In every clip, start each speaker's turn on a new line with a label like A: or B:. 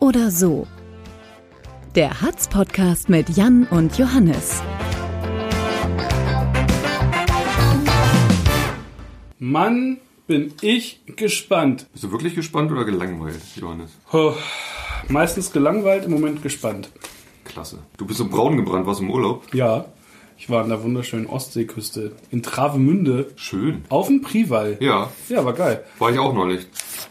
A: oder so. Der Hatz-Podcast mit Jan und Johannes.
B: Mann, bin ich gespannt.
C: Bist du wirklich gespannt oder gelangweilt, Johannes?
B: Oh, meistens gelangweilt, im Moment gespannt.
C: Klasse. Du bist so braun gebrannt, warst im Urlaub.
B: Ja, ich war an der wunderschönen Ostseeküste in Travemünde
C: Schön.
B: auf dem Priwall.
C: Ja,
B: Ja, war geil.
C: war ich auch neulich.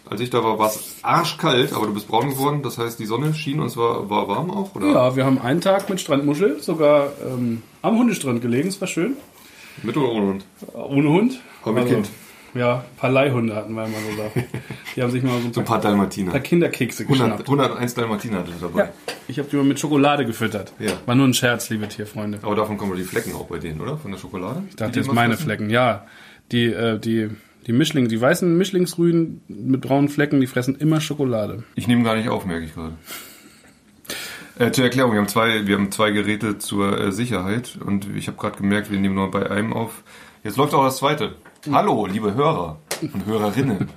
C: Als ich da war, war es arschkalt, aber du bist braun geworden. Das heißt, die Sonne schien und es war, war warm auch, oder?
B: Ja, wir haben einen Tag mit Strandmuschel sogar ähm, am Hundestrand gelegen, es war schön.
C: Mit oder ohne Hund?
B: Ohne Hund. Also,
C: Aber mit Kind.
B: Ja, ein paar Leihhunde hatten wir immer so da. Die haben sich mal so ein
C: So
B: paar,
C: ein paar Dalmatiner.
B: paar Kinderkekse geschnappt.
C: 100, 101 Dalmatiner hatte ich dabei.
B: Ja, ich habe die mal mit Schokolade gefüttert.
C: Ja.
B: War nur ein Scherz, liebe Tierfreunde.
C: Aber davon kommen die Flecken auch bei denen, oder? Von der Schokolade? Ich
B: Da hat jetzt meine Flecken, ja. Die, äh, die, die Mischlinge, die weißen Mischlingsrüden mit braunen Flecken, die fressen immer Schokolade.
C: Ich nehme gar nicht auf, merke ich gerade. Äh, zur Erklärung, wir haben zwei, wir haben zwei Geräte zur äh, Sicherheit und ich habe gerade gemerkt, wir nehmen nur bei einem auf. Jetzt läuft auch das zweite. Hallo, liebe Hörer und Hörerinnen.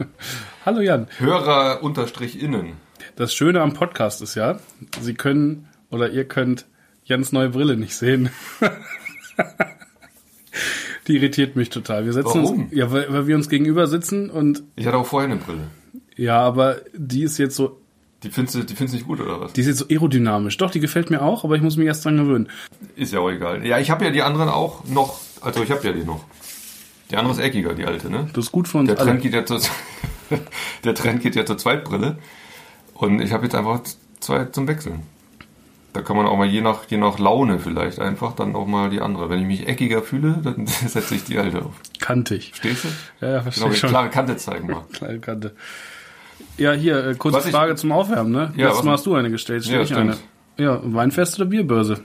B: Hallo Jan.
C: Hörer unterstrich innen.
B: Das Schöne am Podcast ist ja, Sie können oder ihr könnt Jans neue Brille nicht sehen. die irritiert mich total. Wir setzen
C: Warum?
B: uns, ja, weil, weil wir uns gegenüber sitzen und
C: Ich hatte auch vorher eine Brille.
B: ja, aber die ist jetzt so,
C: Die findest du, die findest du nicht gut, oder was?
B: die ist jetzt so aerodynamisch. Doch, die gefällt mir auch, aber ich muss mich erst dran gewöhnen.
C: Ist ja auch egal. Ja, ich habe ja die anderen auch noch. Also ich habe ja die noch. Die andere ist eckiger, die alte, ne?
B: Das ist gut für uns
C: Der
B: alle.
C: Trend geht ja zur, der Trend geht ja zur Zweitbrille. Und ich habe jetzt einfach zwei zum Wechseln. Da kann man auch mal je nach, je nach Laune vielleicht einfach dann auch mal die andere. Wenn ich mich eckiger fühle, dann setze ich die alte auf.
B: Kantig.
C: Verstehst du?
B: Ja, ja,
C: Genau,
B: verstehe
C: die
B: schon.
C: klare Kante zeigen mal.
B: Kleine Kante. Ja, hier, äh, kurze
C: Was ich-
B: Frage zum Aufwärmen, ne?
C: Ja,
B: Letztes
C: was-
B: Mal hast du eine gestellt, stell
C: Ja,
B: ich eine.
C: stimmt.
B: Ja, Weinfest oder Bierbörse?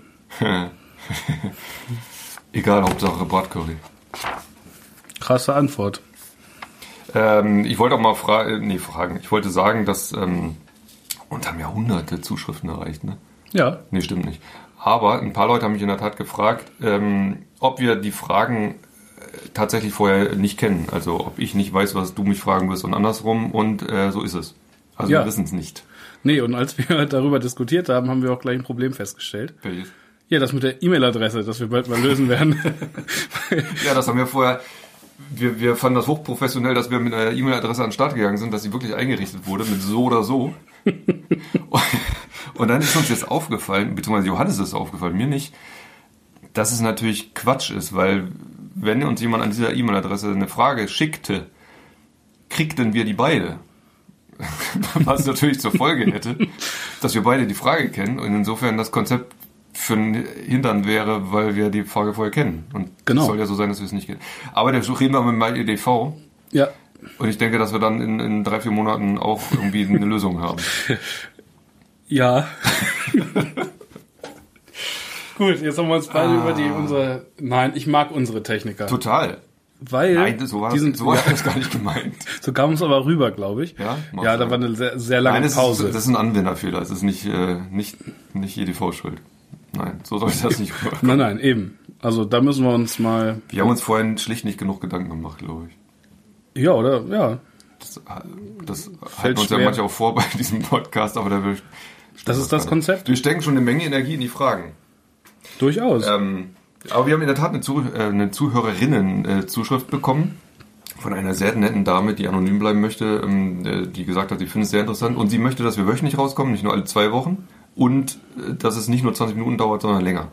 C: Egal, Hauptsache Bratcurry.
B: Krasse Antwort.
C: Ähm, ich wollte auch mal fragen, nee, fragen. Ich wollte sagen, dass ähm, und haben ja hunderte Zuschriften erreicht, ne?
B: Ja,
C: Nee, stimmt nicht. Aber ein paar Leute haben mich in der Tat gefragt, ähm, ob wir die Fragen äh, tatsächlich vorher nicht kennen. Also ob ich nicht weiß, was du mich fragen wirst und andersrum. Und äh, so ist es. Also
B: Ja.
C: wir wissen es nicht.
B: nee, und als wir darüber diskutiert haben, haben wir auch gleich ein Problem festgestellt.
C: Welches?
B: Ja, das mit der E-Mail-Adresse, das wir bald mal lösen werden.
C: Ja, das haben wir vorher. Wir, wir fanden das hochprofessionell, dass wir mit einer E-Mail-Adresse an den Start gegangen sind, dass sie wirklich eingerichtet wurde mit so oder so. Und dann ist uns jetzt aufgefallen, beziehungsweise Johannes ist aufgefallen, mir nicht, dass es natürlich Quatsch ist, weil wenn uns jemand an dieser E-Mail-Adresse eine Frage schickte, kriegten wir die beide. Was natürlich zur Folge hätte, dass wir beide die Frage kennen und insofern das Konzept für den Hintern wäre, weil wir die Frage vorher kennen. Und
B: Genau.
C: es soll ja so sein, dass wir es nicht kennen. Aber der Such reden wir mit MyEDV
B: ja,
C: und ich denke, dass wir dann in, in drei, vier Monaten auch irgendwie eine Lösung haben.
B: ja. Gut, jetzt haben wir uns beide über
C: Ah.
B: die unsere. Nein, ich mag unsere Techniker.
C: Total.
B: weil
C: Nein, so war,
B: die sind,
C: das, so war
B: ja,
C: das gar nicht gemeint.
B: so kam es aber rüber, glaube ich.
C: Ja, mag
B: ja, da
C: sein.
B: war eine sehr, sehr lange
C: Nein, das
B: Pause.
C: ist, das ist ein Anwenderfehler. Es ist nicht, äh, nicht, nicht E EDV-Schuld. Nein, so soll das nicht
B: Nein,
C: rüberkommen.
B: nein, eben. Also da müssen wir uns mal.
C: Wir haben uns vorhin schlicht nicht genug Gedanken gemacht, glaube ich.
B: Ja, oder? Ja.
C: Das, äh, das halten uns ja
B: schwer.
C: manche auch vor bei diesem Podcast, aber da will
B: Das ist das Konzept.
C: Wir stecken schon eine Menge Energie in die Fragen.
B: Durchaus.
C: Ähm, aber wir haben in der Tat eine, Zuh äh, eine Zuhörerinnen-Zuschrift bekommen von einer sehr netten Dame, die anonym bleiben möchte, ähm, äh, die gesagt hat, sie findet es sehr interessant und sie möchte, dass wir wöchentlich rauskommen, nicht nur alle zwei Wochen und äh, dass es nicht nur 20 Minuten dauert, sondern länger.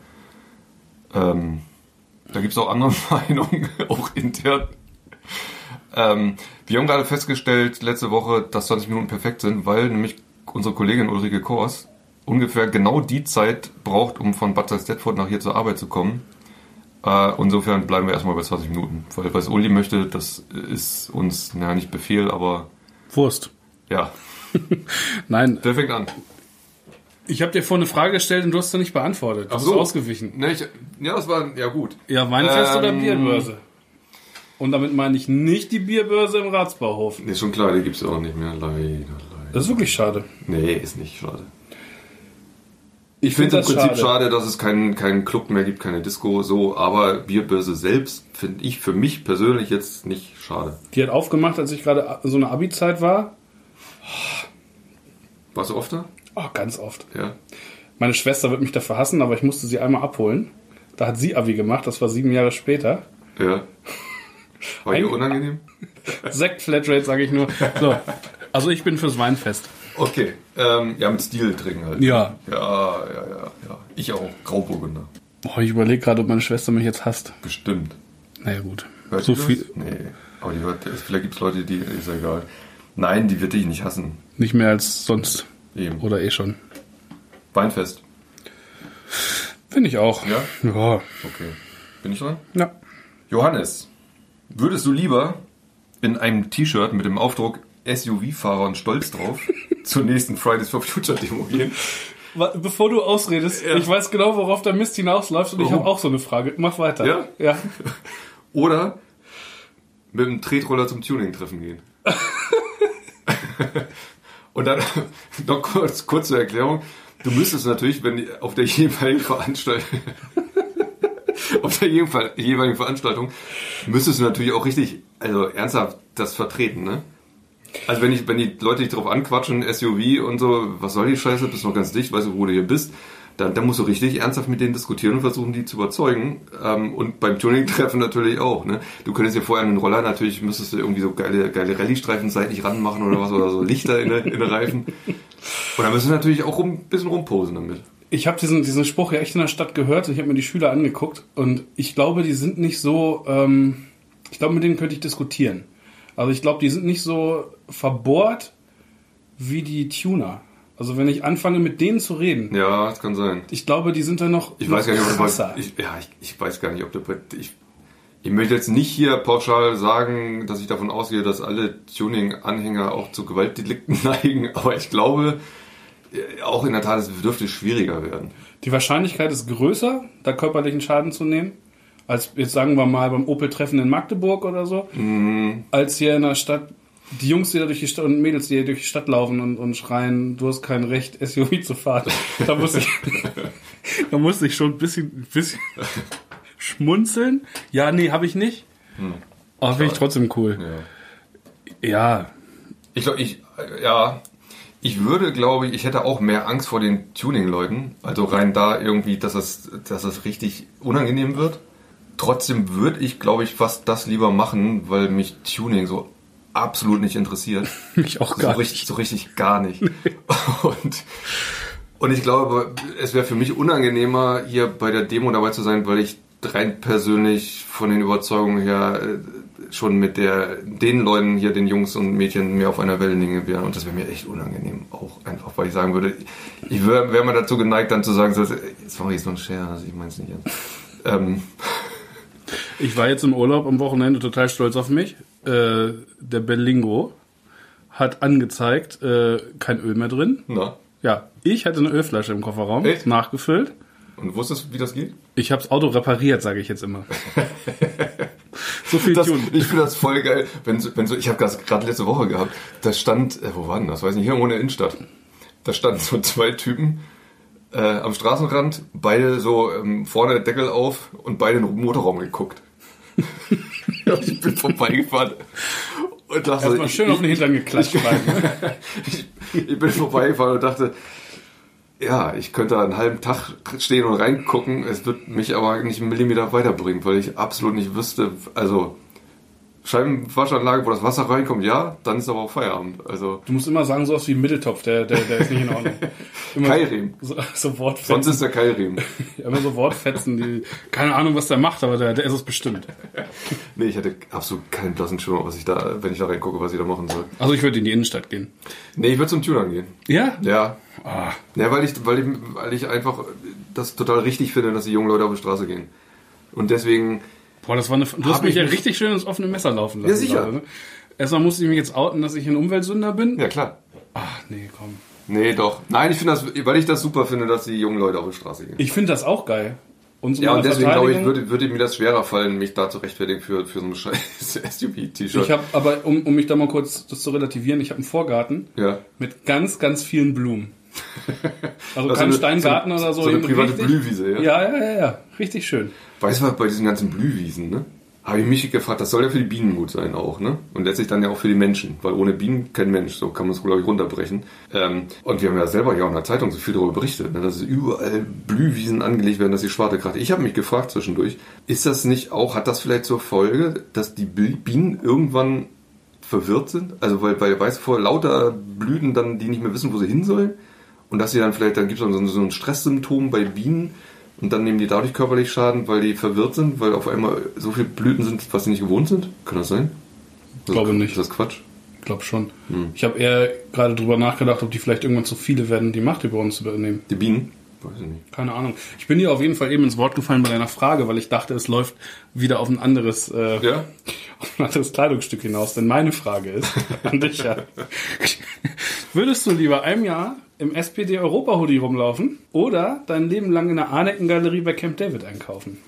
C: Ähm, da gibt es auch andere Meinungen, auch intern. Ähm, wir haben gerade festgestellt letzte Woche, dass 20 Minuten perfekt sind, weil nämlich unsere Kollegin Ulrike Kors ungefähr genau die Zeit braucht, um von Bad Stedford nach hier zur Arbeit zu kommen. Äh, insofern bleiben wir erstmal bei 20 Minuten, weil was Uli möchte, das ist uns, naja, nicht Befehl, aber
B: Wurst.
C: ja,
B: Nein,
C: der fängt an.
B: ich habe dir vorhin eine Frage gestellt und du hast sie nicht beantwortet. Du bist ausgewichen.
C: Ne, ich, ja, das war, ja gut.
B: Ja, Weinfest
C: Ähm,
B: oder Bierbörse? Und damit meine ich nicht die Bierbörse im Ratsbauhof.
C: Ist schon klar, die gibt's auch nicht mehr, leider, leider.
B: Das ist wirklich schade.
C: Nee, ist nicht, schade.
B: Ich
C: Ich finde
B: find
C: es im Prinzip schade, dass es keinen keinen Club mehr gibt, keine Disco, so, aber Bierbörse selbst finde ich für mich persönlich jetzt nicht schade.
B: Die hat aufgemacht, als ich gerade so eine Abi-Zeit war.
C: Warst du oft da?
B: Oh, ganz oft.
C: Ja.
B: Meine Schwester wird mich dafür hassen, aber ich musste sie einmal abholen. Da hat sie Abi gemacht, das war sieben Jahre später.
C: Ja. War
B: Ein-
C: dir unangenehm?
B: Sekt Flatrate, sage ich nur. So. Also ich bin fürs Weinfest.
C: Okay. Ähm, ja, mit Stil trinken halt.
B: Ja.
C: Ja, ja, ja, ja. Ich auch. Grauburgunder.
B: Oh, ich überlege gerade, ob meine Schwester mich jetzt hasst.
C: Bestimmt.
B: Naja, gut.
C: Hört
B: so
C: die
B: viel
C: Das? Nee. Aber die hört, vielleicht gibt es Leute, die, ist ja egal. Nein, die wird dich nicht hassen.
B: nicht mehr als sonst.
C: Eben.
B: Oder eh schon.
C: Weinfest.
B: Finde ich auch.
C: Ja?
B: Ja.
C: Okay. Bin ich dran?
B: ja.
C: Johannes, würdest du lieber in einem T-Shirt mit dem Aufdruck SUV-Fahrer und Stolz drauf zur nächsten Fridays for Future Demo gehen?
B: Wa- Bevor du ausredest,
C: Ja.
B: ich weiß genau, worauf der Mist hinausläuft und ich
C: Warum?
B: habe auch so eine Frage. Mach weiter.
C: Ja?
B: Ja.
C: Oder mit dem Tretroller zum Tuning-Treffen gehen? und dann noch kurz, kurz zur Erklärung. Du müsstest natürlich, wenn die- auf der jeweiligen Veranstaltung auf der jeweil- jeweiligen Veranstaltung müsstest du natürlich auch richtig, also ernsthaft das vertreten, ne? Also wenn ich, wenn die Leute dich drauf anquatschen, SUV und so, was soll die Scheiße, bist noch ganz dicht, weißt du, wo du hier bist, dann, dann musst du richtig ernsthaft mit denen diskutieren und versuchen, die zu überzeugen. Ähm, und beim Tuning-Treffen natürlich auch, ne? Du könntest dir vorher einen Roller natürlich, müsstest du irgendwie so geile, geile Rallye-Streifen seitlich ranmachen oder was, oder so Lichter in, der- in den Reifen. Und dann müsstest du natürlich auch rum, ein bisschen rumposen damit.
B: Ich habe diesen, diesen Spruch ja echt in der Stadt gehört und ich habe mir die Schüler angeguckt und ich glaube, die sind nicht so, ähm, ich glaube, mit denen könnte ich diskutieren. Also ich glaube, die sind nicht so verbohrt wie die Tuner. Also wenn ich anfange, mit denen zu reden,
C: Ja, das kann sein.
B: ich glaube, die sind dann noch
C: Ich
B: noch
C: weiß gar nicht, ob du
B: krasser.
C: bei, ich, ja, ich, ich weiß gar nicht, ob du bei, ich, ich möchte jetzt nicht hier pauschal sagen, dass ich davon ausgehe, dass alle Tuning-Anhänger auch zu Gewaltdelikten neigen, aber ich glaube, äh, auch in der Tat, es dürfte schwieriger werden.
B: Die Wahrscheinlichkeit ist größer, da körperlichen Schaden zu nehmen, als jetzt sagen wir mal beim Opel-Treffen in Magdeburg oder so,
C: Mhm.
B: als hier in der Stadt die Jungs, die da durch die Stadt und Mädels, die hier durch die Stadt laufen und, und schreien, du hast kein Recht, SUV zu fahren. Da musste ich, da musste ich schon ein bisschen, ein bisschen schmunzeln. Ja, nee, habe ich nicht. Aber finde ich trotzdem cool.
C: Hm. Ja.
B: Ja,
C: Ich glaube, ich, äh, ja, ich würde, glaube ich, ich hätte auch mehr Angst vor den Tuning-Leuten. Also rein da irgendwie, dass das, dass das richtig unangenehm wird. Trotzdem würde ich, glaube ich, fast das lieber machen, weil mich Tuning so absolut nicht interessiert.
B: mich auch
C: so
B: gar
C: richtig,
B: nicht.
C: So richtig gar nicht. Und, und ich glaube, es wäre für mich unangenehmer, hier bei der Demo dabei zu sein, weil ich rein persönlich von den Überzeugungen her äh, schon mit der, den Leuten hier, den Jungs und Mädchen, mehr auf einer Wellenlänge wären. Und das wäre mir echt unangenehm. Auch einfach, weil ich sagen würde, ich wäre wär mal dazu geneigt, dann zu sagen, so, sorry, ist nur ein Scherz, ich mein's nicht ernst. Ähm,
B: Ich war jetzt im Urlaub am Wochenende total stolz auf mich. Äh, der Berlingo hat angezeigt, äh, kein Öl mehr drin.
C: na,
B: Ja, ich hatte eine Ölflasche im Kofferraum,
C: Echt?
B: nachgefüllt.
C: und wusstest du, wie das geht?
B: Ich habe das Auto repariert, sage ich jetzt immer. so viel
C: Das,
B: tun.
C: ich finde das voll geil. Wenn, so- wenn so, ich habe das gerade letzte Woche gehabt. Da stand, äh, wo war denn das? Weiß nicht, hier irgendwo in der Innenstadt. Da standen so zwei Typen äh, am Straßenrand, beide so ähm, vorne der Deckel auf und beide in den Motorraum geguckt. ich bin vorbeigefahren. Und dachte,
B: Erstmal
C: also ich-
B: schön auf den Hintern geklatscht. rein.
C: ich, ich bin vorbeigefahren und dachte, ja, ich könnte da einen halben Tag stehen und reingucken. Es wird mich aber nicht einen Millimeter weiterbringen, weil ich absolut nicht wüsste, also Scheibenwaschanlage, wo das Wasser reinkommt, ja, dann ist aber auch Feierabend. Also
B: du musst immer sagen, sowas wie Mitteltopf, der, der, der ist nicht in Ordnung. Immer
C: Keilriemen.
B: So, so Wortfetzen.
C: sonst ist der Keilriemen.
B: Immer so Wortfetzen, die keine Ahnung, was der macht, aber der, der ist es bestimmt.
C: Nee, ich hätte absolut keinen blassen Schimmer, was ich da, wenn ich da reingucke, was ich da machen soll.
B: Also ich würde in die Innenstadt gehen.
C: Nee, ich würde zum Tuner gehen.
B: Ja?
C: Ja.
B: Ah,
C: Ja, weil ich, weil ich, weil ich einfach das total richtig finde, dass die jungen Leute auf die Straße gehen. Und deswegen
B: Boah, das war eine. Du hast
C: Hab
B: mich
C: ich
B: ja
C: nicht.
B: richtig schön ins offene Messer laufen lassen.
C: Ja, sicher.
B: gerade, ne? Erstmal musste ich mich jetzt outen, dass ich ein Umweltsünder bin.
C: Ja, klar.
B: Ach nee, komm.
C: Nee, doch. Nein, ich finde das, weil ich das super finde, dass die jungen Leute auf die Straße gehen.
B: Ich finde das auch geil. Und zu
C: ja,
B: meiner
C: und deswegen glaube ich,
B: Verteidigung-
C: würde, würde mir das schwerer fallen, mich da zu rechtfertigen für, für so ein scheiß SUV-T-Shirt.
B: Ich habe, aber um, um mich da mal kurz das zu relativieren, ich habe einen Vorgarten
C: ja.
B: mit ganz, ganz vielen Blumen. Also
C: Also
B: kein
C: eine-
B: Steingarten
C: so eine-
B: oder so.
C: so eine
B: eben
C: private Blühwiese, ja?
B: ja? Ja, ja, ja, Richtig schön.
C: Weißt du was, bei diesen ganzen Blühwiesen, ne? habe ich mich gefragt, das soll ja für die Bienen gut sein auch, ne? Und letztlich dann ja auch für die Menschen, weil ohne Bienen kein Mensch, so kann man es, glaube ich, runterbrechen. Ähm, und wir haben ja selber hier auch in der Zeitung so viel darüber berichtet, ne, dass überall Blühwiesen angelegt werden, dass die Schwarte gerade. Ich habe mich gefragt zwischendurch, ist das nicht auch, hat das vielleicht zur Folge, dass die Bi- Bienen irgendwann verwirrt sind? Also weil, weil weißt du, vor lauter Blüten dann, die nicht mehr wissen, wo sie hin sollen? Und dass sie dann vielleicht, dann gibt es dann so ein- so ein Stresssymptom bei Bienen und dann nehmen die dadurch körperlich Schaden, weil die verwirrt sind, weil auf einmal so viele Blüten sind, was sie nicht gewohnt sind? Kann das sein? Ich
B: glaube nicht.
C: Ist das Quatsch?
B: Ich glaube schon.
C: Hm.
B: Ich habe eher gerade drüber nachgedacht, ob die vielleicht irgendwann zu viele werden, und die Macht über uns übernehmen.
C: Die Bienen? Weiß ich nicht.
B: Keine Ahnung. Ich bin dir auf jeden Fall eben ins Wort gefallen bei deiner Frage, weil ich dachte, es läuft wieder auf ein anderes, äh,
C: Ja?
B: auf ein anderes Kleidungsstück hinaus. Denn meine Frage ist an dich, ja. Würdest du lieber ein Jahr im SPD-Europa-Hoodie rumlaufen oder dein Leben lang in der Arnecken-Galerie bei Camp David einkaufen?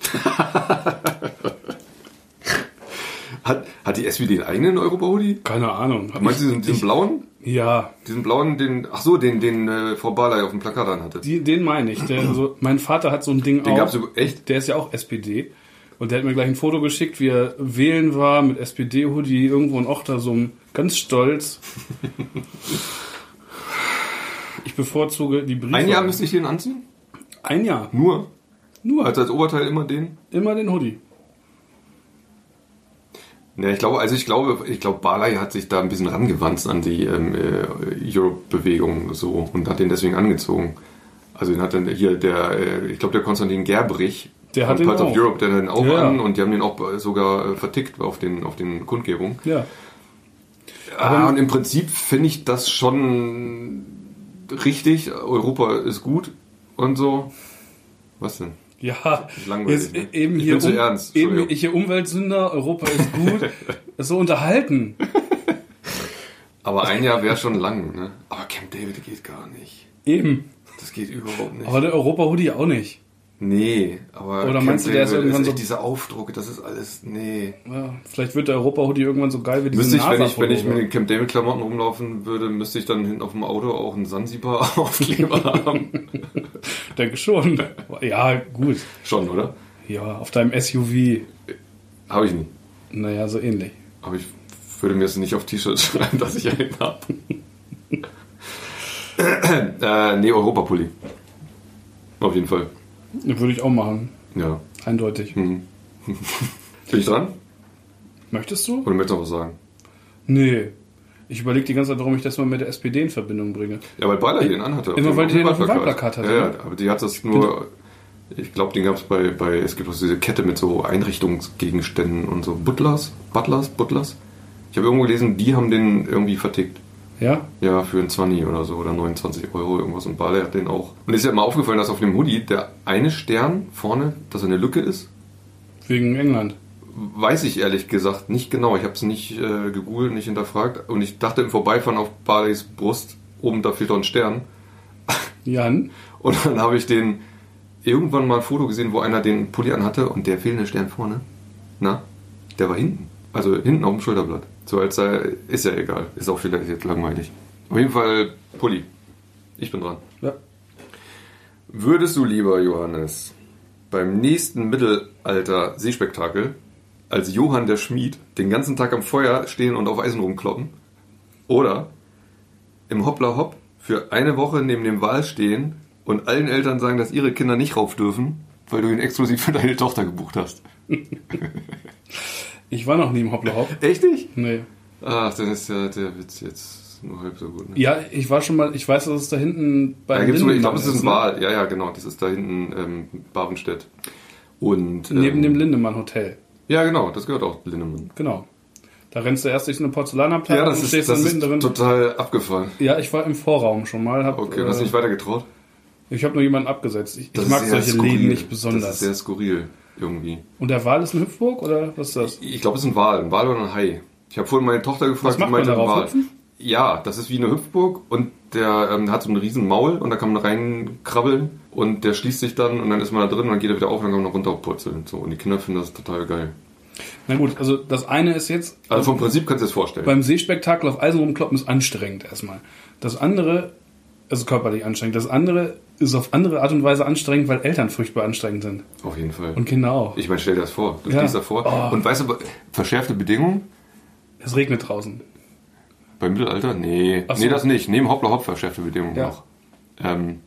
C: Hat, hat die SWD einen eigenen Europa-Hoodie?
B: Keine Ahnung. Hab
C: Meinst du
B: ich-
C: diesen, diesen blauen?
B: ich- Ja,
C: Diesen blauen, den, ach so, den, den äh, Frau Barley auf dem Plakat anhatte. Den
B: die, den meine ich. Der, so, mein Vater hat so ein Ding auch.
C: gab's über- echt?
B: der ist ja auch SPD. Und der hat mir gleich ein Foto geschickt, wie er wählen war mit SPD-Hoodie irgendwo in Ochtersum. Ganz stolz. Ich bevorzuge die Briefe.
C: Ein Jahr müsste ich den anziehen?
B: Ein Jahr.
C: Nur?
B: Nur.
C: Also als Oberteil immer den?
B: Immer den Hoodie.
C: Ja, ich glaube, also ich glaube, ich glaube, Barley hat sich da ein bisschen rangewanzt an die ähm, äh, Europe-Bewegung so und hat den deswegen angezogen. Also den hat dann hier der, äh, ich glaube, der Konstantin Gerbrich
B: Der
C: von
B: hat den
C: Parts of
B: auch.
C: Europe, der hat den auch
B: Ja.
C: an und die haben den auch sogar äh, vertickt auf den auf den Kundgebungen.
B: Ja.
C: Ah, und im Prinzip finde ich das schon richtig. Europa ist gut und so. Was denn?
B: Ja,
C: Ist langweilig,
B: jetzt
C: ne?
B: eben
C: Ich
B: hier um-
C: bin zu ernst,
B: eben
C: Entschuldigung.
B: ich hier Umweltsünder, Europa ist gut, ist so unterhalten.
C: Aber ein Jahr wäre schon lang, ne? Aber Camp David geht gar nicht.
B: Eben.
C: Das geht überhaupt nicht.
B: Aber der Europa-Hoodie auch nicht.
C: Nee, aber.
B: Oder meinst du, der ist
C: Campbell
B: irgendwann
C: echt
B: so-
C: Diese Aufdrucke, das ist alles. Nee.
B: Ja, vielleicht wird der Europa-Hoodie irgendwann so geil wie diese
C: Müsste ich, wenn ich, wenn ich
B: NASA-Pullover.
C: mit den Camp David Klamotten rumlaufen würde, müsste ich dann hinten auf dem Auto auch einen Sansibar Aufkleber haben.
B: Denke schon. Ja, gut.
C: Schon, oder?
B: Ja, auf deinem SUV.
C: Habe ich nie.
B: Naja, so ähnlich.
C: Aber ich würde mir es nicht auf T-Shirts schreiben, dass ich einen habe. äh, nee, Europapulli. Auf jeden Fall.
B: Würde ich auch machen.
C: Ja.
B: Eindeutig.
C: Mhm. Bin ich dran?
B: Möchtest du?
C: Oder möchtest du noch was sagen?
B: Nee. Ich überlege die ganze Zeit, warum ich das mal mit der SPD in Verbindung bringe.
C: Ja, weil Beiler den anhatte. auf
B: Immer
C: dem-
B: weil die den auf dem Wahlplakat
C: Wahlplakat.
B: hatte,
C: Ja,
B: ne?
C: ja, aber die hat das nur. Ich glaube, den gab es bei, bei. Es gibt auch diese Kette mit so Einrichtungsgegenständen und so. Butlers? Butlers? Butlers? Ich habe irgendwo gelesen, die haben den irgendwie vertickt.
B: Ja?
C: Ja, für einen 20 oder so oder 29 Euro irgendwas. Und Barley hat den auch. Und ist ja mal aufgefallen, dass auf dem Hoodie der eine Stern vorne, dass er eine Lücke ist.
B: Wegen England.
C: Weiß ich ehrlich gesagt nicht genau. Ich habe es nicht äh, gegoogelt, nicht hinterfragt. Und ich dachte im Vorbeifahren auf Barleys Brust, oben da fehlt doch ein Stern.
B: Jan?
C: Und dann habe ich den irgendwann mal ein Foto gesehen, wo einer den Pulli anhatte und der fehlende Stern vorne. Na, der war hinten. Also hinten auf dem Schulterblatt. So als sei, ist ja egal. Ist auch vielleicht jetzt langweilig. Auf jeden Fall Pulli. Ich bin dran.
B: Ja.
C: Würdest du lieber, Johannes, beim nächsten Mittelalter-Seespektakel als Johann der Schmied den ganzen Tag am Feuer stehen und auf Eisen rumkloppen? Oder im Hoppla Hopp für eine Woche neben dem Wal stehen und allen Eltern sagen, dass ihre Kinder nicht rauf dürfen, weil du ihn exklusiv für deine Tochter gebucht hast?
B: Ich war noch nie im Hoppla Hopp.
C: Echt nicht?
B: Nee.
C: Ach, dann ist ja der Witz jetzt nur halb so gut. Ne?
B: Ja, ich war schon mal, ich weiß, dass es da hinten bei
C: Da gibt's, ich
B: Lindenmann
C: glaube, es ist ein
B: ne?
C: Wal. Ja, ja, genau. Das ist da hinten ähm, Bavenstedt. Und, ähm,
B: Neben dem Lindemann Hotel.
C: Ja, genau, das gehört auch Lindemann.
B: Genau. Da rennst du erst durch so eine Porzellanabteilung
C: Ja, das
B: und
C: ist,
B: stehst
C: das
B: dann
C: ist
B: mittendrin.
C: total abgefahren.
B: Ja, ich war im Vorraum schon mal. Hab,
C: Okay, du hast
B: äh,
C: nicht weiter getraut?
B: ich habe nur jemanden abgesetzt. Ich,
C: Das
B: ich
C: ist
B: mag
C: sehr
B: solche
C: skurril.
B: Läden nicht
C: Das
B: besonders.
C: ist sehr skurril, irgendwie.
B: Und der Wal ist eine Hüpfburg oder was ist das?
C: Ich glaube, es ist ein Wal, ein Wal oder ein Hai. Ich habe vorhin meine Tochter gefragt,
B: Was macht
C: die meinte
B: man darauf,
C: Wal.
B: hüpfen?
C: Ja, das ist wie eine Hüpfburg und der ähm, hat so einen riesen Maul und da kann man reinkrabbeln und der schließt sich dann und dann ist man da drin und dann geht er wieder auf und dann kann man noch runterpurzeln. So, und die Kinder finden das total geil.
B: Na gut, also das eine ist jetzt,
C: Also vom Prinzip kannst du dir das vorstellen.
B: beim Seespektakel auf Eisen rumkloppen ist anstrengend erstmal. Das andere also körperlich anstrengend. Das andere ist auf andere Art und Weise anstrengend, weil Eltern furchtbar anstrengend sind.
C: Auf jeden Fall.
B: Und Kinder auch.
C: ich meine, stell dir das vor. Du
B: Ja.
C: stehst davor.
B: Oh.
C: Und weißt du, verschärfte Bedingungen?
B: Es regnet draußen.
C: Beim Mittelalter? Nee.
B: Ach so.
C: Nee, das nicht. Neben Hoppla Hopp verschärfte Bedingungen
B: Ja.
C: noch. Ähm,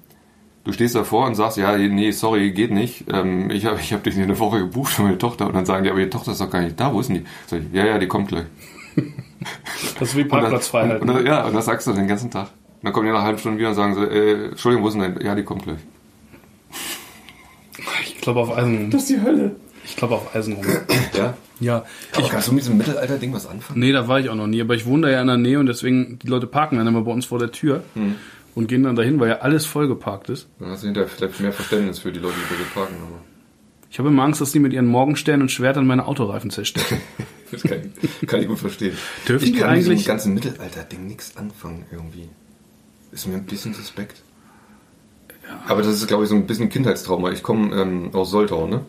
C: du stehst davor und sagst, ja, nee, sorry, geht nicht. Ähm, ich habe ich hab dich in eine Woche gebucht für meine Tochter. Und dann sagen die, aber ihre Tochter ist doch gar nicht da. Wo ist denn die? Sag ich, ja, ja, die kommt gleich.
B: Das ist wie
C: Und dann-
B: Parkplatzfreiheit. ne?
C: Und, dann- ja, und das sagst du den ganzen Tag. Und dann kommen die nach einer halben Stunde wieder und sagen so, äh, Entschuldigung, wo ist denn dein? Ja, die kommt gleich.
B: Ich glaube auf Eisen.
C: Das ist die Hölle.
B: Ich glaube auf Eisen rum.
C: Ja.
B: Ja.
C: Ich, kannst du mit diesem Mittelalter-Ding was anfangen?
B: Nee, da war ich auch noch nie, aber ich wohne da ja in der Nähe und deswegen, die Leute parken dann immer bei uns vor der Tür
C: Hm.
B: und gehen dann dahin, weil ja alles vollgeparkt ist.
C: Dann hast du hinterher vielleicht mehr Verständnis für die Leute, die da parken. Aber
B: Ich habe immer Angst, dass die mit ihren Morgensternen und Schwertern meine Autoreifen zerstechen.
C: das kann, ich- kann ich gut verstehen.
B: Dürfen
C: ich
B: die
C: kann mit diesem
B: eigentlich-
C: ganzen Mittelalter-Ding nichts anfangen irgendwie. Ist mir ein bisschen suspekt. Aber das ist, glaube ich, so ein bisschen Kindheitstrauma. Ich komme ähm, aus Soltau, ne?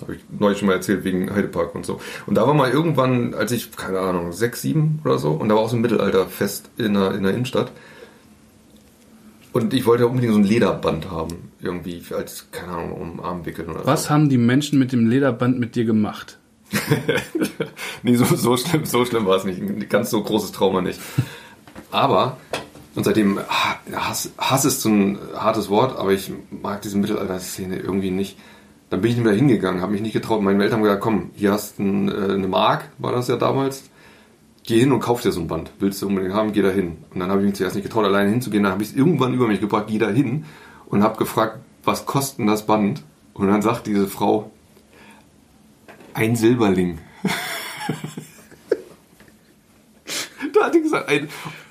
C: Habe ich neulich schon mal erzählt, wegen Heidepark und so. Und da war mal irgendwann, als ich, keine Ahnung, sechs, sieben oder so, und da war auch so ein Mittelalterfest in der, in der Innenstadt. Und ich wollte unbedingt so ein Lederband haben, irgendwie, als, keine Ahnung, um den Arm wickeln oder so.
B: Was haben die Menschen mit dem Lederband mit dir gemacht?
C: Nee, so, so schlimm, so schlimm war es nicht. Ein ganz so großes Trauma nicht. Aber, und seitdem, ha- Hass, Hass ist so ein hartes Wort, aber ich mag diese Mittelalter-Szene irgendwie nicht. Dann bin ich nicht mehr hingegangen, habe mich nicht getraut. Meine Eltern haben gesagt, komm, hier hast du ein, äh, eine Mark, war das ja damals. Geh hin und kauf dir so ein Band. Willst du unbedingt haben, geh da hin. Und dann habe ich mich zuerst nicht getraut, alleine hinzugehen. Dann habe ich es irgendwann über mich gebracht, geh da hin und habe gefragt, was kostet denn das Band? Und dann sagt diese Frau, ein Silberling. Da hat die gesagt, ein.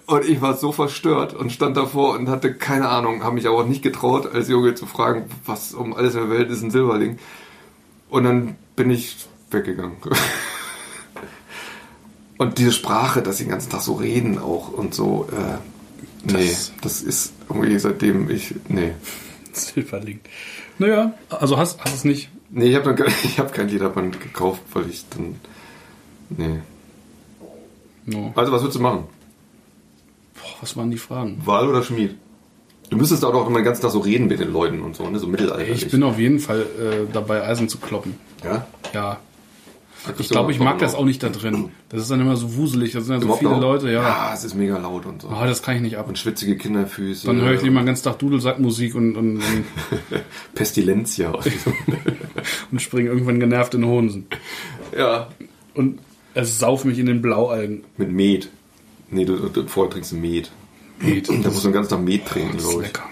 C: Und ich war so verstört und stand davor und hatte keine Ahnung, habe mich aber auch nicht getraut, als Junge zu fragen, was um alles in der Welt ist ein Silberling. Und dann bin ich weggegangen. und diese Sprache, dass sie den ganzen Tag so reden auch und so, äh, nee, das, ist irgendwie seitdem ich, nee.
B: Silberling. Naja, also hast, hast es nicht.
C: Nee, ich habe hab kein Lederband gekauft, weil ich dann, nee.
B: No.
C: Also was würdest du machen?
B: Boah, was waren die Fragen?
C: Wahl oder Schmied? Du müsstest auch noch immer den ganzen Tag so reden mit den Leuten und so, ne? So mittelalterlich.
B: Ich bin auf jeden Fall äh, dabei, Eisen zu kloppen.
C: ja?
B: Ja. Ich glaube, ich mag das auch nicht da drin. Das ist dann immer so wuselig, da sind dann so viele Leute, ja.
C: Ja, es ist mega laut und so.
B: Ah, das kann ich nicht ab.
C: Und schwitzige Kinderfüße.
B: Dann höre ich immer ganz Tag Dudelsackmusik und, und, und,
C: Pestilentia. und so.
B: und springe irgendwann genervt in Hosen.
C: ja.
B: Und es sauf mich in den Blaualgen.
C: Mit Met. Nee, du, du, vorher trinkst du Met.
B: Geht.
C: Da musst du den ganzen Tag Met trinken,
B: Das ist
C: glaube ich.
B: lecker.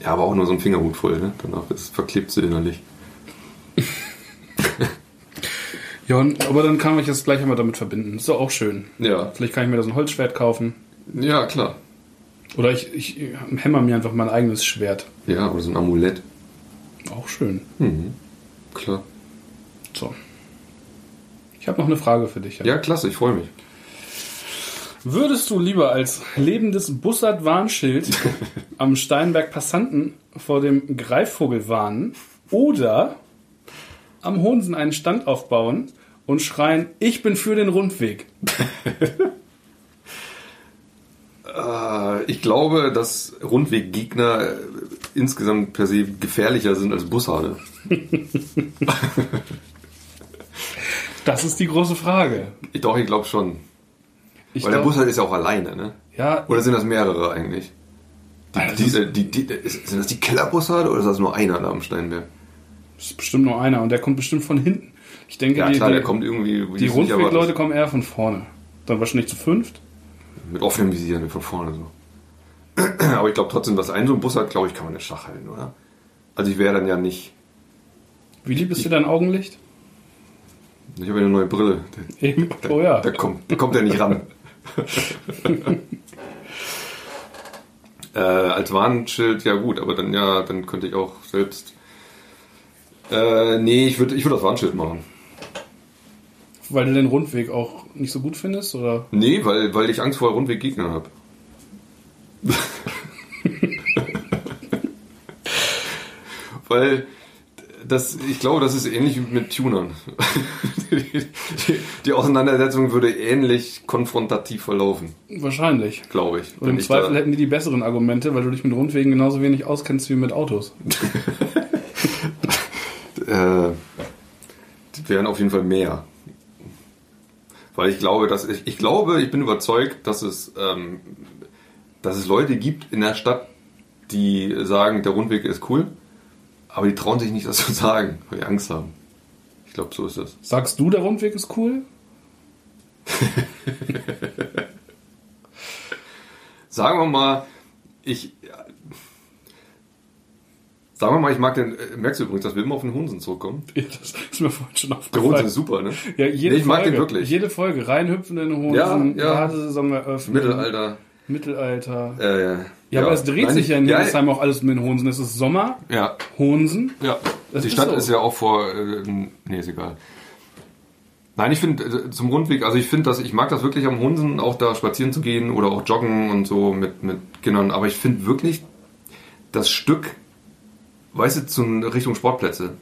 C: Ja, aber auch nur so ein Fingerhut voll, ne? Danach ist, verklebt sie innerlich.
B: Ja, und, aber dann kann ich das gleich einmal damit verbinden. Ist doch auch schön.
C: Ja.
B: Vielleicht kann ich mir da so ein Holzschwert kaufen.
C: Ja, klar.
B: Oder ich, ich ähm, hämmer mir einfach mein eigenes Schwert.
C: Ja, oder so ein Amulett.
B: Auch schön.
C: Klar.
B: So. Ich habe noch eine Frage für dich. Jan.
C: Ja, klasse, ich freue mich.
B: Würdest du lieber als lebendes Bussard-Warnschild am Steinberg Passanten vor dem Greifvogel warnen oder am Honsen einen Stand aufbauen und schreien, ich bin für den Rundweg?
C: Äh, Ich glaube, dass Rundweggegner äh, insgesamt per se gefährlicher sind als Bussarde.
B: Das ist die große Frage.
C: Ich, doch, ich glaube schon.
B: Ich
C: Weil der
B: glaub-
C: Bussard ist ja auch alleine, ne?
B: ja,
C: Oder sind das mehrere eigentlich? Die,
B: Also-
C: diese, die, die, ist- sind das die Kellerbussarde oder ist das nur einer da am Steinberg?
B: ist bestimmt nur einer und der kommt bestimmt von hinten. Ich denke,
C: Ja,
B: die,
C: klar,
B: die,
C: der kommt
B: die
C: irgendwie. ist nicht erwartet.
B: Rundwegleute kommen eher von vorne. Dann wahrscheinlich zu fünft.
C: Mit offenem Visier, ne, von vorne so. Aber ich glaube trotzdem, dass ein so ein Bussard, glaube ich, kann man in Schach halten, oder? Also ich wäre dann ja nicht.
B: Wie lieb ist dir dein Augenlicht?
C: Ich habe ja eine neue Brille.
B: Eben.
C: Da,
B: Oh ja.
C: da kommt, da kommt er nicht ran. äh, als Warnschild, ja gut, aber dann ja, dann könnte ich auch selbst. Äh, nee, ich würde ich würd das Warnschild machen.
B: Weil du den Rundweg auch nicht so gut findest? Oder?
C: Nee, weil, weil ich Angst vor Rundweggegner habe. weil das, ich glaube, das ist ähnlich wie mit Tunern. die, die, die Auseinandersetzung würde ähnlich konfrontativ verlaufen,
B: Wahrscheinlich.
C: glaube ich.
B: Und im
C: ich
B: Zweifel
C: da-
B: hätten die die besseren Argumente, weil du dich mit Rundwegen genauso wenig auskennst wie mit Autos.
C: äh, die wären auf jeden Fall mehr. Weil ich glaube, dass ich, ich glaube, ich bin überzeugt, dass es, ähm, dass es Leute gibt in der Stadt, die sagen, der Rundweg ist cool, aber die trauen sich nicht, das zu sagen, weil die Angst haben. Ich glaube, so ist das.
B: Sagst du, der Rundweg ist cool?
C: Sagen wir mal, ich. Sagen wir mal, ich mag den. äh, Merkst du übrigens, dass wir immer auf den Hunsen zurückkommen?
B: Ja, das ist mir vorhin schon
C: Der Hunsen
B: aufgefallen.
C: ist super, ne?
B: Ja, jede
C: Nee, ich mag
B: Folge,
C: den wirklich.
B: Jede Folge, reinhüpfen in Hosen,
C: Ja, ja.
B: Badesaison eröffnen,
C: Mittelalter.
B: Mittelalter.
C: Äh,
B: Ja, aber es dreht
C: Nein,
B: sich ja in
C: ja,
B: Hildesheim auch alles mit den Hosen. Es ist Sommer,
C: Ja,
B: Hosen.
C: ja.
B: Das
C: die
B: ist
C: Stadt
B: so.
C: ist ja auch vor. Äh, nee, ist egal. Nein, ich finde äh, zum Rundweg, also ich finde das, ich mag das wirklich am Hunsen, auch da spazieren zu gehen oder auch joggen und so mit, mit Kindern, aber ich finde wirklich das Stück, weißt du, zum, Richtung Sportplätze,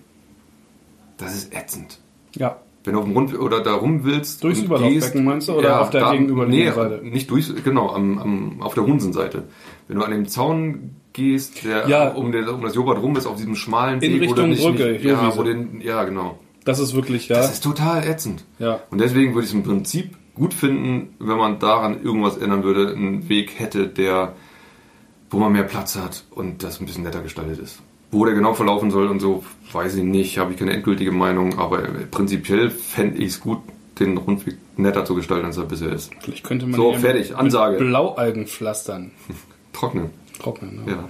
C: das ist ätzend.
B: Ja.
C: Wenn du auf dem Rund oder da rum willst.
B: Durchs
C: und
B: Überlaufbecken
C: gehst-
B: meinst du, oder auf der gegenüberliegenden Seite?
C: Nicht durchs, genau, am, am, auf der Hunsenseite. Wenn du an dem Zaun gehst, der
B: Ja.
C: um, der, um das Jobert rum ist, auf diesem schmalen
B: In
C: Weg, wo du
B: Richtung
C: nicht,
B: Brücke,
C: nicht, ja,
B: Jowiese.
C: wo den, ja, genau.
B: Das ist wirklich, ja.
C: Das ist total ätzend.
B: Ja.
C: Und deswegen würde ich es im Prinzip gut finden, wenn man daran irgendwas ändern würde, einen Weg hätte, der, wo man mehr Platz hat und das ein bisschen netter gestaltet ist. Wo der genau verlaufen soll und so, weiß ich nicht, habe ich keine endgültige Meinung, aber prinzipiell fände ich es gut, den Rundweg netter zu gestalten, als er bisher ist.
B: Vielleicht könnte man
C: So,
B: hier
C: fertig,
B: mit
C: Ansage.
B: Blaualgen pflastern.
C: Trocknen,
B: Trocknen. ne?
C: ja.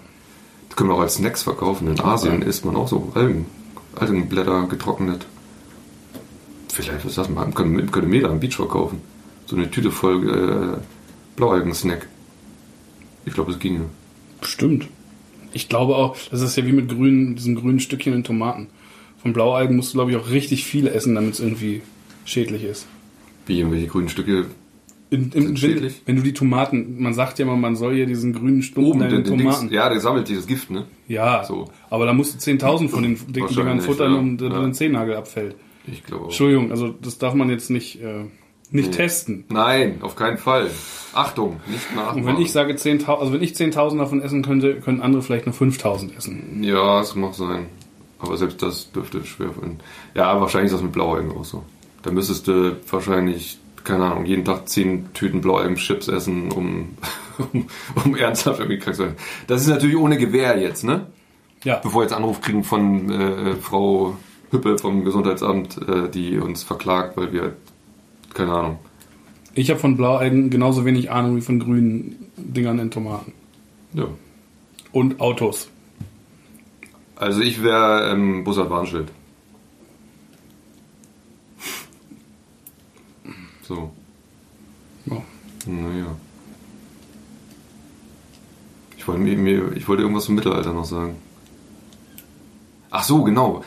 C: Das können wir auch als Snacks verkaufen. In Asien isst man auch so Algen, Algenblätter getrocknet. Vielleicht, was das mal, können, können Mädel am Beach verkaufen. So eine Tüte voll äh, Blaualgen-Snack. Ich glaube, es ginge.
B: Bestimmt. Ich glaube auch, das ist ja wie mit grünen, diesen grünen Stückchen in Tomaten. Von Blaualgen musst du, glaube ich, auch richtig viel essen, damit es irgendwie schädlich ist.
C: Wie irgendwelche grünen Stücke.
B: In, in, wenn,
C: Sind schädlich?
B: Wenn du die Tomaten, man sagt ja immer, man soll ja diesen grünen Stumpen in den
C: den Dings-
B: Tomaten.
C: ja, der sammelt dieses Gift, ne?
B: ja,
C: So.
B: aber da musst du 10.000 von den dicken
C: Wahrscheinlich,
B: Dingern futtern,
C: ja.
B: um dass
C: Ja.
B: dein Zehennagel abfällt.
C: Ich glaube auch.
B: Entschuldigung, also das darf man jetzt nicht, äh, nicht testen.
C: Nein, auf keinen Fall. Achtung, nicht nachmachen.
B: Und wenn ich sage 10.000, also wenn ich 10.000 davon essen könnte, können andere vielleicht nur 5.000 essen.
C: Ja, es mag sein. Aber selbst das dürfte schwer fallen. Ja, wahrscheinlich ist das mit Blaualgen auch so. Da müsstest du wahrscheinlich, keine Ahnung, jeden Tag zehn Tüten Blaualgen-Chips essen, um, um, um ernsthaft irgendwie krank zu werden. Das ist natürlich ohne Gewehr jetzt, ne?
B: Ja,
C: Bevor wir jetzt Anruf kriegen von äh, Frau Hüppe vom Gesundheitsamt, äh, die uns verklagt, weil wir, keine Ahnung.
B: ich habe von Blaualgen genauso wenig Ahnung wie von grünen Dingern in Tomaten.
C: Ja.
B: Und Autos.
C: Also ich wäre ähm, Bussard Warnschild. So.
B: Ja.
C: Naja. Ich wollte, mir, mir, ich wollte irgendwas zum Mittelalter noch sagen. Ach so, genau.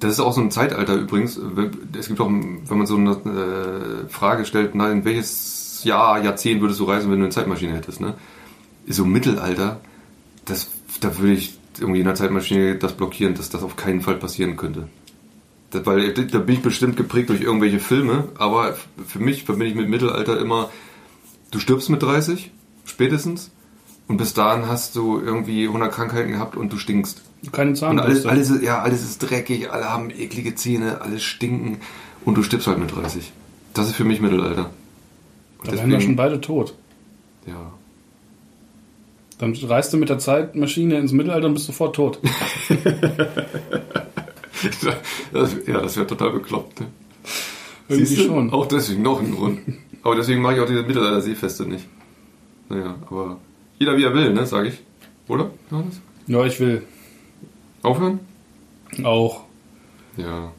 C: Das ist auch so ein Zeitalter übrigens. Es gibt auch, wenn man so eine äh, Frage stellt, na, in welches Jahr, Jahrzehnt würdest du reisen, wenn du eine Zeitmaschine hättest, ne? So Mittelalter, das, da würde ich irgendwie in der Zeitmaschine das blockieren, dass das auf keinen Fall passieren könnte. Das, weil da bin ich bestimmt geprägt durch irgendwelche Filme, aber f- für mich verbinde ich mit Mittelalter immer, du stirbst mit 30, spätestens, und bis dahin hast du irgendwie 100 Krankheiten gehabt und du stinkst.
B: Keine
C: Und alles,
B: Zahnbürste.
C: alles, ist- ja, alles ist dreckig, alle haben eklige Zähne, alles stinken und du stirbst halt mit 30. Das ist für mich Mittelalter. Und
B: da wären wir schon beide tot.
C: ja.
B: Dann reist du mit der Zeitmaschine ins Mittelalter und bist sofort tot.
C: Das, ja, das wäre total bekloppt. Ne?
B: Irgendwie
C: Siehst du?
B: schon.
C: Auch deswegen noch ein Grund. Aber deswegen mache ich auch diese Mittelalter-Seefeste nicht. Naja, aber jeder wie er will, ne, sage ich. Oder? Johannes?
B: Ja, ich will.
C: Aufhören?
B: Auch.
C: Ja.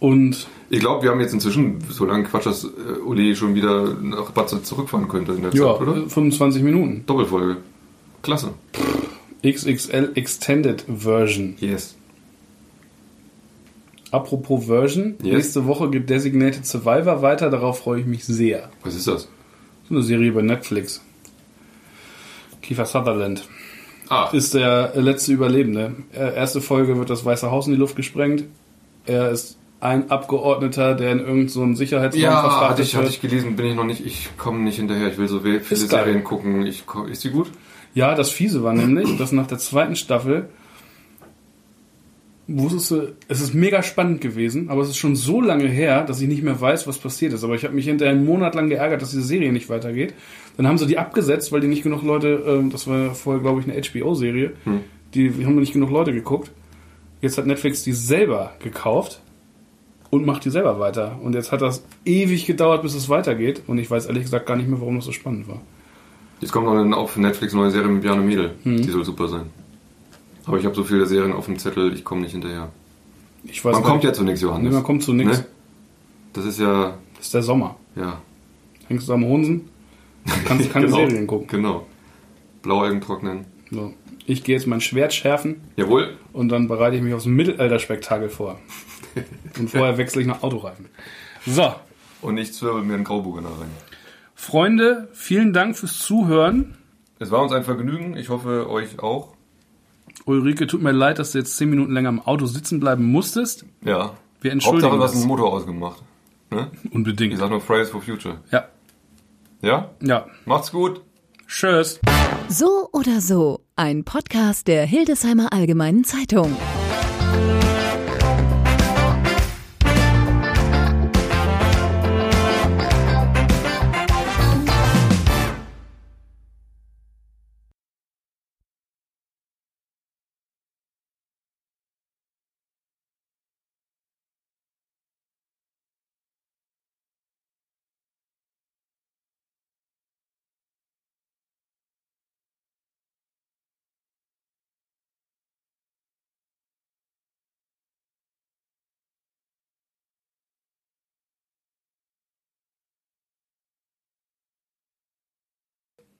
B: Und
C: Ich glaube, wir haben jetzt inzwischen so lange Quatsch, dass äh, Uli schon wieder nach Batze zurückfahren könnte in der Zeit,
B: ja,
C: oder?
B: 25 Minuten.
C: Doppelfolge. Klasse.
B: XXL Extended Version.
C: Yes.
B: Apropos Version.
C: Yes.
B: Nächste Woche geht Designated Survivor weiter. Darauf freue ich mich sehr.
C: Was ist das?
B: So eine Serie bei Netflix. Kiefer Sutherland.
C: Ah.
B: ist der letzte Überlebende. Äh, erste Folge wird das Weiße Haus in die Luft gesprengt. Er ist ein Abgeordneter, der in irgendeinem so einen Sicherheitsraum
C: Ja, hatte
B: verfrachtet
C: ich,
B: wird.
C: hatte ich gelesen, bin ich noch nicht. Ich komme nicht hinterher. Ich will so we- viele
B: Ist geil.
C: Serien gucken. Ich, ko- ist die gut?
B: Ja, das Fiese war nämlich, dass nach der zweiten Staffel wusstest du, es ist mega spannend gewesen, aber es ist schon so lange her, dass ich nicht mehr weiß, was passiert ist. Aber ich habe mich hinterher einen Monat lang geärgert, dass diese Serie nicht weitergeht. Dann haben sie die abgesetzt, weil die nicht genug Leute, ähm, das war vorher, glaube ich, eine HBO-Serie,
C: Hm.
B: die haben nicht genug Leute geguckt. Jetzt hat Netflix die selber gekauft und macht die selber weiter. Und jetzt hat das ewig gedauert, bis es weitergeht. Und ich weiß ehrlich gesagt gar nicht mehr, warum das so spannend war.
C: Jetzt kommt noch eine auf Netflix neue Serie mit Bjarne Mädel.
B: Hm.
C: Die soll super sein. Aber ich habe so viele Serien auf dem Zettel, ich komme nicht hinterher.
B: Ich weiß
C: Man
B: gar
C: kommt
B: nicht-
C: ja zu nichts, Johannes.
B: Nee, man kommt zu nichts.
C: Ne? Das ist ja,
B: Das ist der Sommer.
C: ja.
B: Hängst du am Honsen, kannst keine Serien gucken.
C: Genau. Blaualgen trocknen.
B: So. Ich gehe jetzt mein Schwert schärfen
C: Jawohl.
B: und dann bereite ich mich aufs Mittelalterspektakel vor. Und vorher wechsle ich nach Autoreifen. So,
C: Und ich zwirbel mir einen Grauburgener rein.
B: Freunde, vielen Dank fürs Zuhören.
C: Es war uns ein Vergnügen. Ich hoffe, euch auch.
B: Ulrike, tut mir leid, dass du jetzt 10 Minuten länger im Auto sitzen bleiben musstest.
C: Ja.
B: Wir entschuldigen
C: Hauptsache, du hast
B: das.
C: einen Motor ausgemacht. Ne? Ich
B: Unbedingt.
C: sag nur Fridays for Future.
B: Ja,
C: Ja?
B: ja.
C: Macht's gut.
B: Tschüss.
A: So oder so, ein Podcast der Hildesheimer Allgemeinen Zeitung.